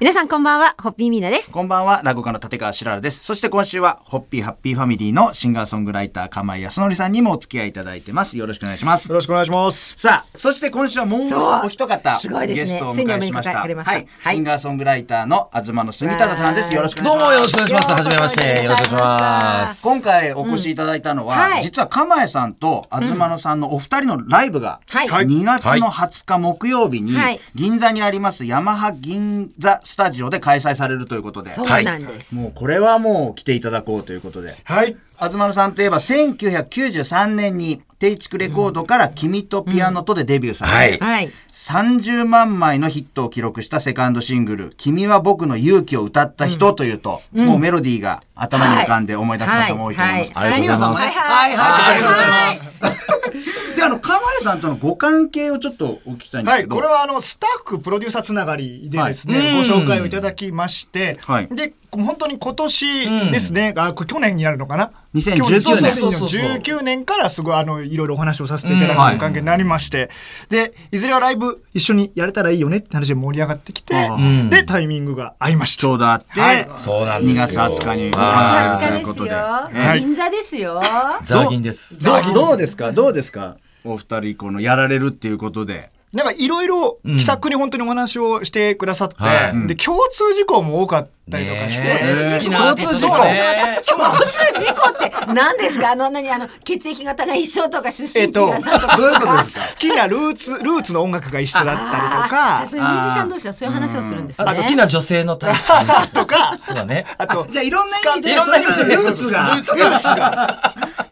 皆さんこんばんは、ホッピーミーナです。こんばんは、落語家の立川しららです。そして今週は、ホッピーハッピーファミリーのシンガーソングライター、釜井康則さんにもお付き合いいただいてます。よろしくお願いしますよ。ろしくお願いします。さあ、そして今週はもうそうお一方、すごいですねゲストをお迎えしましついにお目にかた。かりましたはい、はいシンガーソングライターの東の杉田さんです。よろしくお願どいうしもます。よろしくお願いします。はじめまして。よろしくお願いします。今回お越しいただいたのは、うんはい実は釜江さんと東野さんのお二人のライブが、はいはい2月の20日木曜日に、はい銀座にありますヤマハ銀座スタジオで開催されるということで、そうなんです。もうこれはもう来ていただこうということで。はい。東野さんといえば1993年に定築レコードから「君とピアノと」でデビューされて、うんはい。 30万枚のヒットを記録したセカンドシングル「君は僕の勇気を歌った人」というと、もうメロディーが頭に浮かんで思い出す方も多いと思います。はいはいありがとうございますはいはい、。ありがとうございますで、あの、かまさんとのご関係をちょっとお聞きしたいんですはけい、ど。これはあのスタッフプロデューサーつながりでですね、はいうんご紹介をいただきまして、はいで本当に今年ですね、あこ去年になるのかな2019年去そうそうそうそうそう19年からすごいあのいろいろお話をさせていただく関係になりまして、でいずれはライブ一緒にやれたらいいよねって話で盛り上がってきて、あでタイミングが合いましちた。ょうどあって、はいそうなんですよ2月20日に。 2はと月20いう日こですとよ。はい銀座ですよ。ザーギンです。どうどうですかどうですかお二人、この、やられるっていうことで。なんかいろいろ気さくに本当にお話をしてくださって、はいで共通事項も多かったりとかして、ねえ好きなアーティスト共だ通事項ね。共通事故って何ですかあの、何、あの、血液型が一緒とか出え身地 っと、がなんとか。好きなルーツ、ルーツの音楽が一緒だったさりすがミュージシャン同士はそういう話をするんですね。あと好きな女性のタイプ とか。とかね。とか、あと、じゃあいろんな意味で、いろんな意そう味いでうルーツが、ルーツが、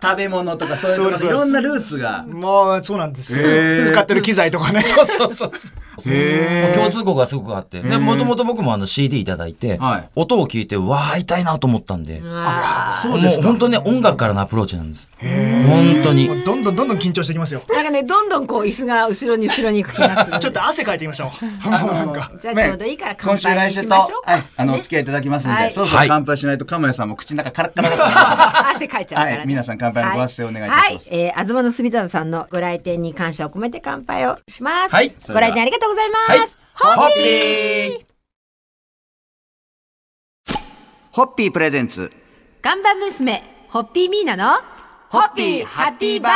食べ物とかそういうところでそういですろんなルーツが。まあ、そうなんですよ。へー使ってる機材とかね。そうそうそうそう。へ共通項がすごくあって。で、もともと僕もあの CD いただいてはい、音を聞いて、わあ、痛いなと思ったんで。うもわーそううですか。本当にね、音楽からのアプローチなんです。本当に。もうどんどんどんどん緊張してきますよ。なんかね、どんどんこう、椅子が後ろに後ろに行く気がするんで。ちょっと汗かいてきましたもん。もうなんか。じゃあちょうどいいから乾今週杯来に週しと、ましょうか。はい、あの、お付き合いいただきますんはで、いそうそうはい乾杯しないと、釜谷さんも口の中カラッカラだから。汗かいちゃ うから、ね。はい皆さん乾杯のご発声をお願いいたしますはい、はいえー、東の住田さんのご来店に感謝を込めて乾杯をします。はいご来店ありがとうございます。はい。ホッピーピーホッピープレゼンツ。看板娘、ホッピーミーナの、ホッピーハッピーバー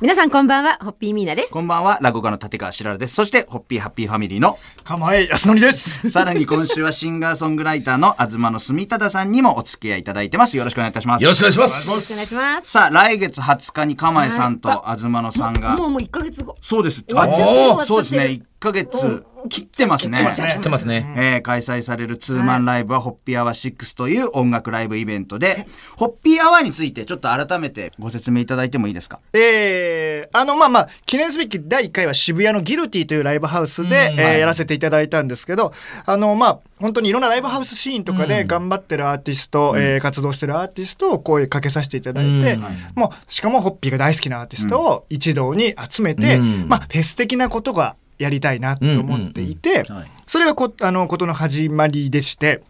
皆さんこんばんは、ホッピーミーナです。こんばんは、落語家の立川しららです。そして、ホッピーハッピーファミリー の、構え、安則です。さらに今週はシンガーソングライターの東の住忠さんにもお付き合いいただいてます。よろしくお願いいたします。よろしくお願いしまよろしくお願いす。します。さあ、来月20日に釜江さんと東野さんがも、うもう一ヶ月後。そうです。終わっちゃってるおー終わっちそゃうっでてすね、る。 1ヶ月切ってますね。すねやってますね。えー開催されるツーマンライブは、ホッピーアワー6という音楽ライブイベントで、ホッピーアワーについてちょっと改めてご説明いただいてもいいですかえー、あの、まあまあ、記念すべき第1回は渋谷のギルティというライブハウスで、えーやらせていただいたんですけど、あの、まあ、本当にいろんなライブハウスシーンとかで頑張ってるアーティスト、えー活動してるアーティストを声かけさせていただいて、うんもう、しかもホッピーが大好きなアーティストを一堂に集めて、うんまあ、フェス的なことがやりたいなと思っていて、うんうんうんはいそれがこ、あの、ことの始まりでして、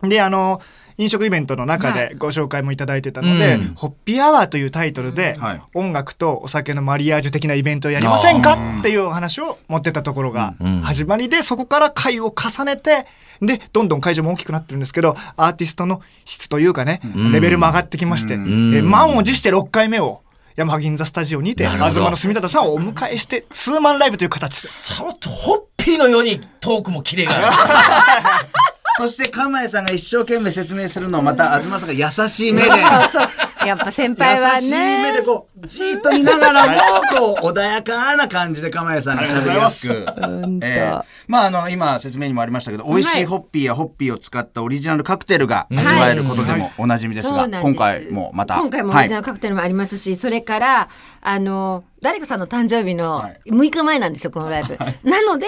で、あの、飲食イベントの中でご紹介もいただいてたので、うんホッピーアワーというタイトルで、はい音楽とお酒のマリアージュ的なイベントをやりませんかっていうお話を持ってたところがん始まりで、そこから回を重ねて、で、どんどん会場も大きくなってるんですけど、アーティストの質というかね、レベルも上がってきまして、えんー満を持して6回目を、山マ銀座スタジオにて、なるほど東の住田さんをお迎えして、ツーマンライブという形です。さらっとホッピーのようにトークもキレが ある。そして、釜江さんが一生懸命説明するのをまた、東さんが優しい目で、そうそう。やっぱ先輩は優しい目でね。こう、じーっと見ながらも、こう、穏やかな感じで釜江さんが喋りやすく。んとええまあ、あの、今説明にもありましたけど、美味しいホッピーやホッピーを使ったオリジナルカクテルが味わえることでもおなじみですそが、うなん今回もまた。今回もオはリいジナルカクテルもありますし、それから、あの、誰かさんの誕生日のい6日前なんですよ、このライブ。なので、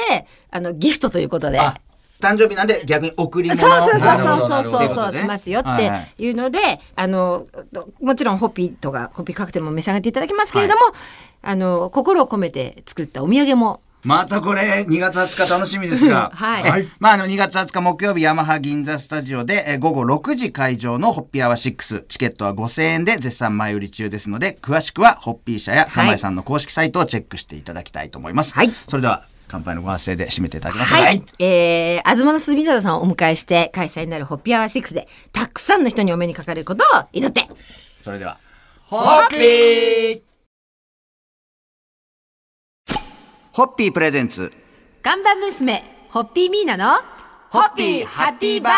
あの、ギフトということで。あ誕生日なんで逆に贈りそう物そうなるほどそうそうそうそうなるほどしますよっはいはいていうので、あのもちろんホッピーとかホッピーカクテルも召し上がっていただきますけれども、あの心を込めて作ったお土産も、またこれ、2月20日楽しみですがはいえまあ、あの、2月20日木曜日、ヤマハ銀座スタジオで、えー午後6時会場のホッピーアワー6、チケットは5000円で絶賛前売り中ですので、詳しくはホッピー社やはい玉井さんの公式サイトをチェックしていただきたいと思います。はいそれでは、乾杯のご発声で締めていただきます。はい、えー、東の隅田さんをお迎えして開催になるホッピーアワー6でたくさんの人にお目にかかれることを祈ってそれでは。ホッピーホッピープレゼンツ。看板娘ホッピーミーナのホッピーハッピーバー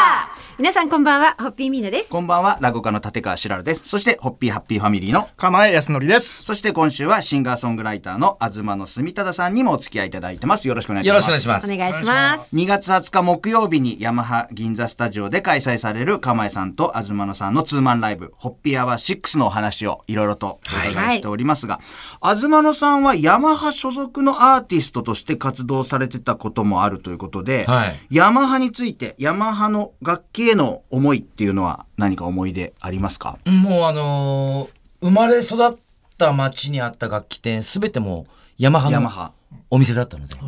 皆さんこんばんはホッピーミーナですこんばんは、落語家の立川しらるです。そして、ホッピーハッピーファミリーの釜江康則です。そして今週はシンガーソングライターの東の住忠さんにもお付き合いいただいてます。よろしくお願いしよまろす。しくお願いします。お願いします2月20日木曜日にヤマハ銀座スタジオで開催される釜井さんと東野さんのツーマンライブ、ホッピーアワー6のお話をいろいろとお伺いしておりますが、東野さんはヤマハ所属のアーティストとして活動されてたこともあるということで、はいヤマハについて、ヤマハの楽器への思いっていうのは何か思い出ありますかもうあのー生まれ育った町にあった楽器店、すべてもうヤマハヤのマハお店だったので。だか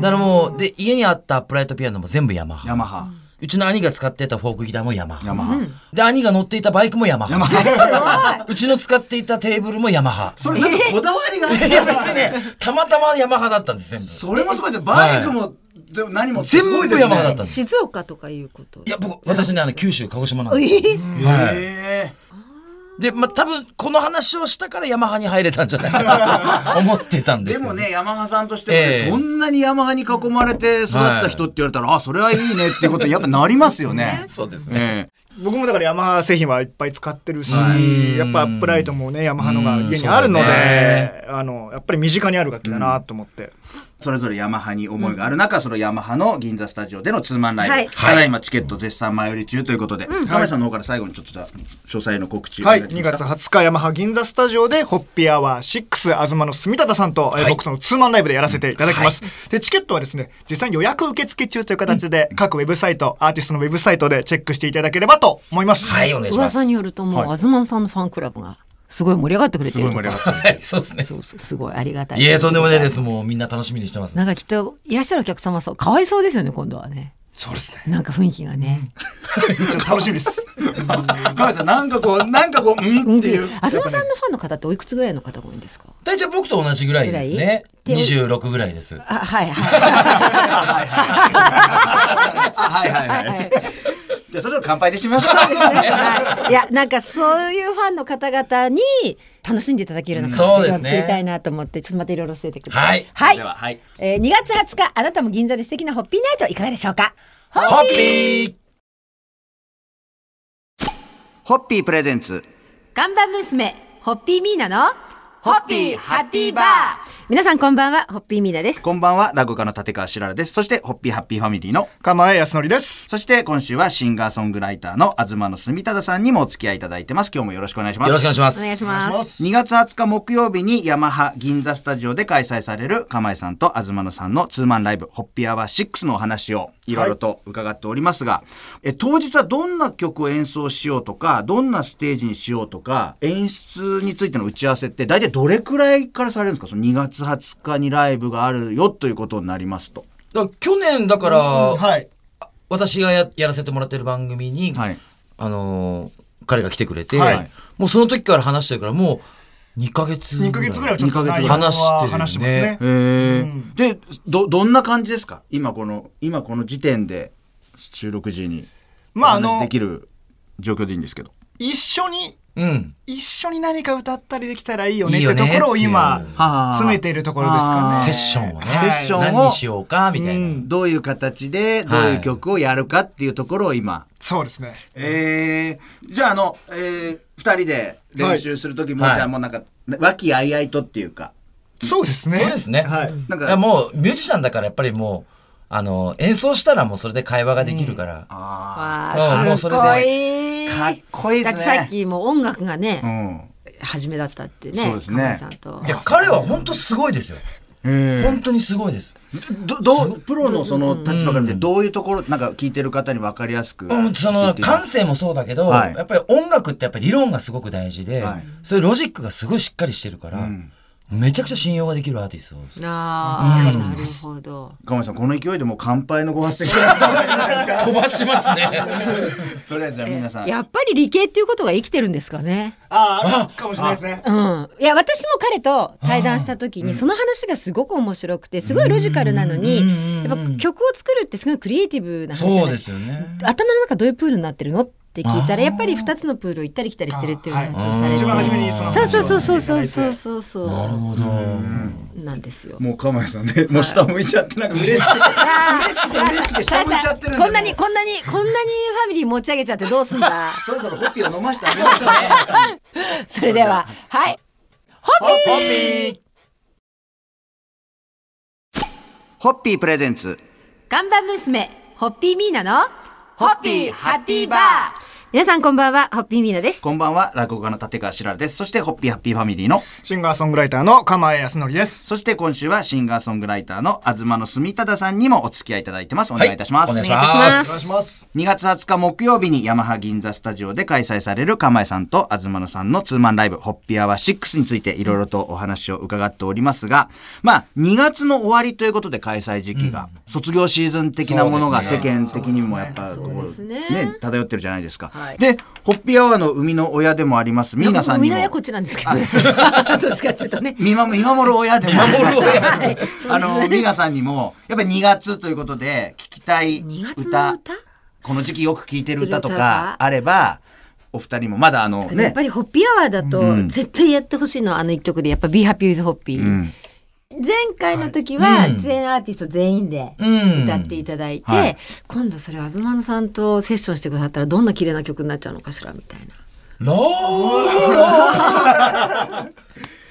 らもう、で、家にあったプライトピアノも全部ヤマヤハ。マハ。うちの兄が使ってたフォークギターもヤマハ。ヤマハ。で、兄が乗っていたバイクもヤマハ。うちの使っていたテーブルもヤマハ。 それなんかこだわりがあるいや、別にね、たまたまヤマハだったんです、全部。それもすごいでバイクも、でも何もす全ごいです部ねヤマハだったんです。静岡とかいうこといや、僕、私ね、あの、九州、鹿児島なんえです。ーはいへで、まあ、多分、この話をしたからヤマハに入れたんじゃないかと思ってたんーですでけもどね、ヤマハさんとしてもね、ええ。そんなにヤマハに囲まれて育った人って言われたら、あ、それはいいねっていうことにやっぱなりますよねそうですえね。僕もだからヤマハ製品はいっぱい使ってるし、はいやっぱアップライトもね、ヤマハのが家にあるのうんそうだで、あの、やっぱり身近にある楽器だなと思って。えそれぞれヤマハに思いがある中、そのヤマハの銀座スタジオでのツーマンライブ、はいただいまチケット絶賛前売り中ということで、亀井さんの方から最後にちょっとじゃあ詳細の告知おは願い、します2月20日、ヤマハ銀座スタジオで、ホッピーアワー6、東の住忠さんと、えー僕とのツーマンライブでやらせていただきます。で、チケットはですね、実際に予約受付中という形で、各ウェブサイト、アーティストのウェブサイトでチェックしていただければと思います。はい、お願いします。噂によるともう、東野さんのファンクラブがすごい盛り上がってくれてるとかはい、そうです ね。そうそうすごいありがたいいや、とんでもないです。もう、みんな楽しみにしてます。なんかきっといらっしゃるお客様そう変わりそうですよね今度はね そうですね。なんか雰囲気がね、 ちょっと楽しみです。亀井さん、なんかこう、なんかこう、うんって いう。東さんのファンの方っておいくつぐらいの方が多いんですか大体僕と同じぐらいですね。ぐらい26ぐらいです。あはいはい はいはいはい。じゃあ、それでは乾杯でしましょう。 はいいやなんかそういうファンの方々に楽しんでいただけるようなそ作うで品をす作ねりたいなと思って、ちょっとまたいろいろ教えてくださはいい。はい、では、はい。えー、2月20日あなたも銀座で素敵なホッピーナイトいかがでしょうかホッピーホッピープレゼンツ。看板娘ホッピーミーナのホッピーハッピーバー皆さんこんばんはホッピーミーナですこんばんは、落語家の立川しららです。そして、ホッピーハッピーファミリーの。釜江康則です。そして、今週はシンガーソングライターの東の住忠さんにもお付き合いいただいてます。今日もよろしくお願いします。よろしくお願いします。お願いします2月20日木曜日にヤマハ銀座スタジオで開催される釜井さんと東野さんのツーマンライブホッピーアワー6のお話をいろいろと伺っておりますが、え当日はどんな曲を演奏しようとかどんなステージにしようとか演出についての打ち合わせって大体どれくらいからされるんですかその2月20日にライブがあるよということになりますと。だから去年、だから、はい。私がややらせてもらってる番組に、はいあのー彼が来てくれて、はいもうその時から話してるから、もう2ヶ月ぐらい。 2ヶ月ぐらいはちょっと二ヶ内月容は話してるね話してますね。でどどんな感じですか今この今この時点で収録時にまあお話しあのできる状況でいいんですけど。一緒に、うん。一緒に何か歌ったりできたらいいよねっいいていようねところを今っていうはあ詰めているところですかあね。ーセッションをね。セッションを何にしようか、みたいな。うんどういう形でどういう曲をやるかっていうところを今、そうですね。えーじゃああの、えー、2人で練習する時も、はいじゃあもうなんか和気あいあいとっていうかそうですね。そうですね。はい。なんいやかもうミュージシャンだからやっぱりもうあの演奏したらもうそれで会話ができるから、わうんもあうすそごれでいかっこいいですねだってさっきもう音楽がね、うん初めだったってねそうですね鎌井さんといや彼は本当すごいですよ、本当にすごいです、どどうプロのその立場から見てどういうところなんか聞いてる方に分かりやすく、うん、その感性もそうだけど、はいやっぱり音楽ってやっぱり理論がすごく大事で、はいそういうロジックがすごいしっかりしてるから、めちゃくちゃ信用ができるアーティス トです。ああ、なるほど。亀井さんこの勢いでもう乾杯のご発声が飛ばします ね。とりあえずじゃあ皆さんやっぱり理系っていうことが生きてるんですかね。ああ、あるかもしれないですね。うん、いや私も彼と対談した時にその話がすごく面白くてすごいロジカルなのにうんやっぱ曲を作るってすごいクリエイティブな話じゃそうないですよね。頭の中どういうプールになってるのって聞いたらやっぱり2つのプールを行ったり来たりしてるっていう話をされ一て、番初めにそのそうそうそうそうそう話を聞いていそただいうてそうそうなるほど。なんですよ。もう亀井さんねもう下向いちゃってなんか嬉しくて嬉しくて嬉しくて下向いちゃってるんでこんなにもこんなにこんなにファミリー持ち上げちゃってどうすん うだそろそろホッピーを飲ましてあげますねそれでははいポピーホッピープレゼンツ看板娘、ホッピーミーナの、ホッピーハッピーバー。皆さんこんばんは、ホッピーミーナです。こんばんは落語家の立川志らくですそしてホッピーハッピーファミリーのシンガーソングライターの釜江康則です。そして今週はシンガーソングライターの東の住忠さんにもお付き合いいただいてますお願いいたします、お願いしお願いいたしまますす。す。 2月20日木曜日にヤマハ銀座スタジオで開催される釜井さんと東野さんのツーマンライブ、ホッピーアワー6についていろいろとお話を伺っておりますが、まあ2月の終わりということで開催時期が、卒業シーズン的なものがそう世ですね間的にもやっぱそうですねこうね漂ってるじゃないですか。はいで、ホッピーアワーの生みの親でもあります、ミーナさんにみんなやもこっちなんですけどね。 どっちかっていうとね。見守見守る親でもあります見守る親はい あそうでの、すねミーナさんにも、やっぱり2月ということで、聞きたい2歌。月の歌この時期よく聴いてる歌と聞いてる歌かあれば、お二人もまだあのやっねぱ、りホッピーアワーだと、絶対やってほしいの、あの一曲で。やっぱ Be Happy with Hoppy。ん前回の時は、出演アーティスト全員でうん歌っていただいて、はい今度それ、東野さんとセッションしてくださったら、どんな綺麗な曲になっちゃうのかしら、みたいな。ロ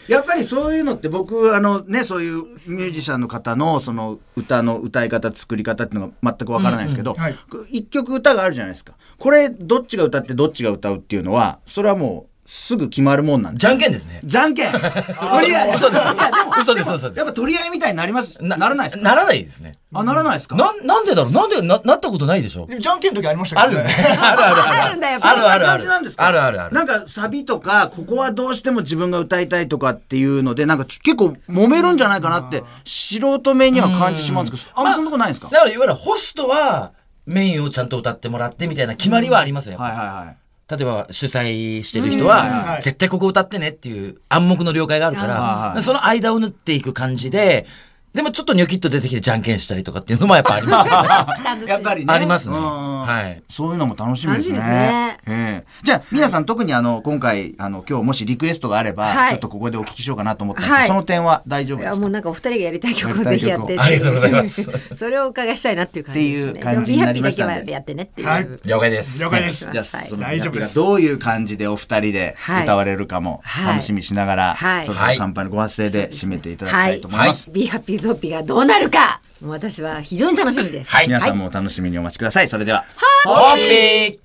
やっぱりそういうのって僕、あのね、そういうミュージシャンの方のその歌の歌い方、作り方っていうのが全くわからないんですけど、はい一曲歌があるじゃないですか。これ、どっちが歌ってどっちが歌うっていうのは、それはもうすぐ決まるもんなんですじゃんけんですね。じゃん けんとりあえず嘘でいすやでも嘘です嘘ですやっぱ取り合いみたいになります、ならないですかならないですね。あ、ならないですかなん、なんでだろうなんで、な、なったことないでしょでもじゃんけんの時ありましたあるけどよね。ね。 あるあるあるあんる。だやっぱありるあるあ感るじなんです。かあるあるある。なんかサビとかここはどうしても自分が歌いたいとかっていうのでなんか結構揉めるんじゃないかなって素人目には感じてしまうんですけどあんまそんなことないんですか、だからいわゆるホストはメインをちゃんと歌ってもらってみたいな決まりはありますよ。やっぱはいはいはい例えば主催してる人うんはいははい絶対ここ歌ってねっていう暗黙の了解があるかはいはいらその間を縫っていく感じででもちょっとニョキッと出てきてじゃんけんしたりとかっていうのもやっぱあります よねやっぱりねありますねうんはいそういうのも楽しみですね楽しみですええじゃあ皆さん特にあの今回あの今日もしリクエストがあれば、はいちょっとここでお聞きしようかなと思ったんですけど、はいその点は大丈夫いでやすもかうなんかお二人がやりたい曲をぜひやってやりたい曲をありがとうございます それをお伺いしたいなっていう感じです、ね、っていう感じになりましたんででも Be Happy だけはやってねっていう、はい了解です了解です。じゃあはいその大丈夫ですどういう感じでお二人ではい歌われるかもはい楽しみにしながら、はいそろそろ乾杯のご発声で締めていただきたいと思いはまいす。 Be Happy ゾッピがどうなるかもう私は非常に楽しみですはい皆さんもお楽しみにお待ちください。それでは。ホッピー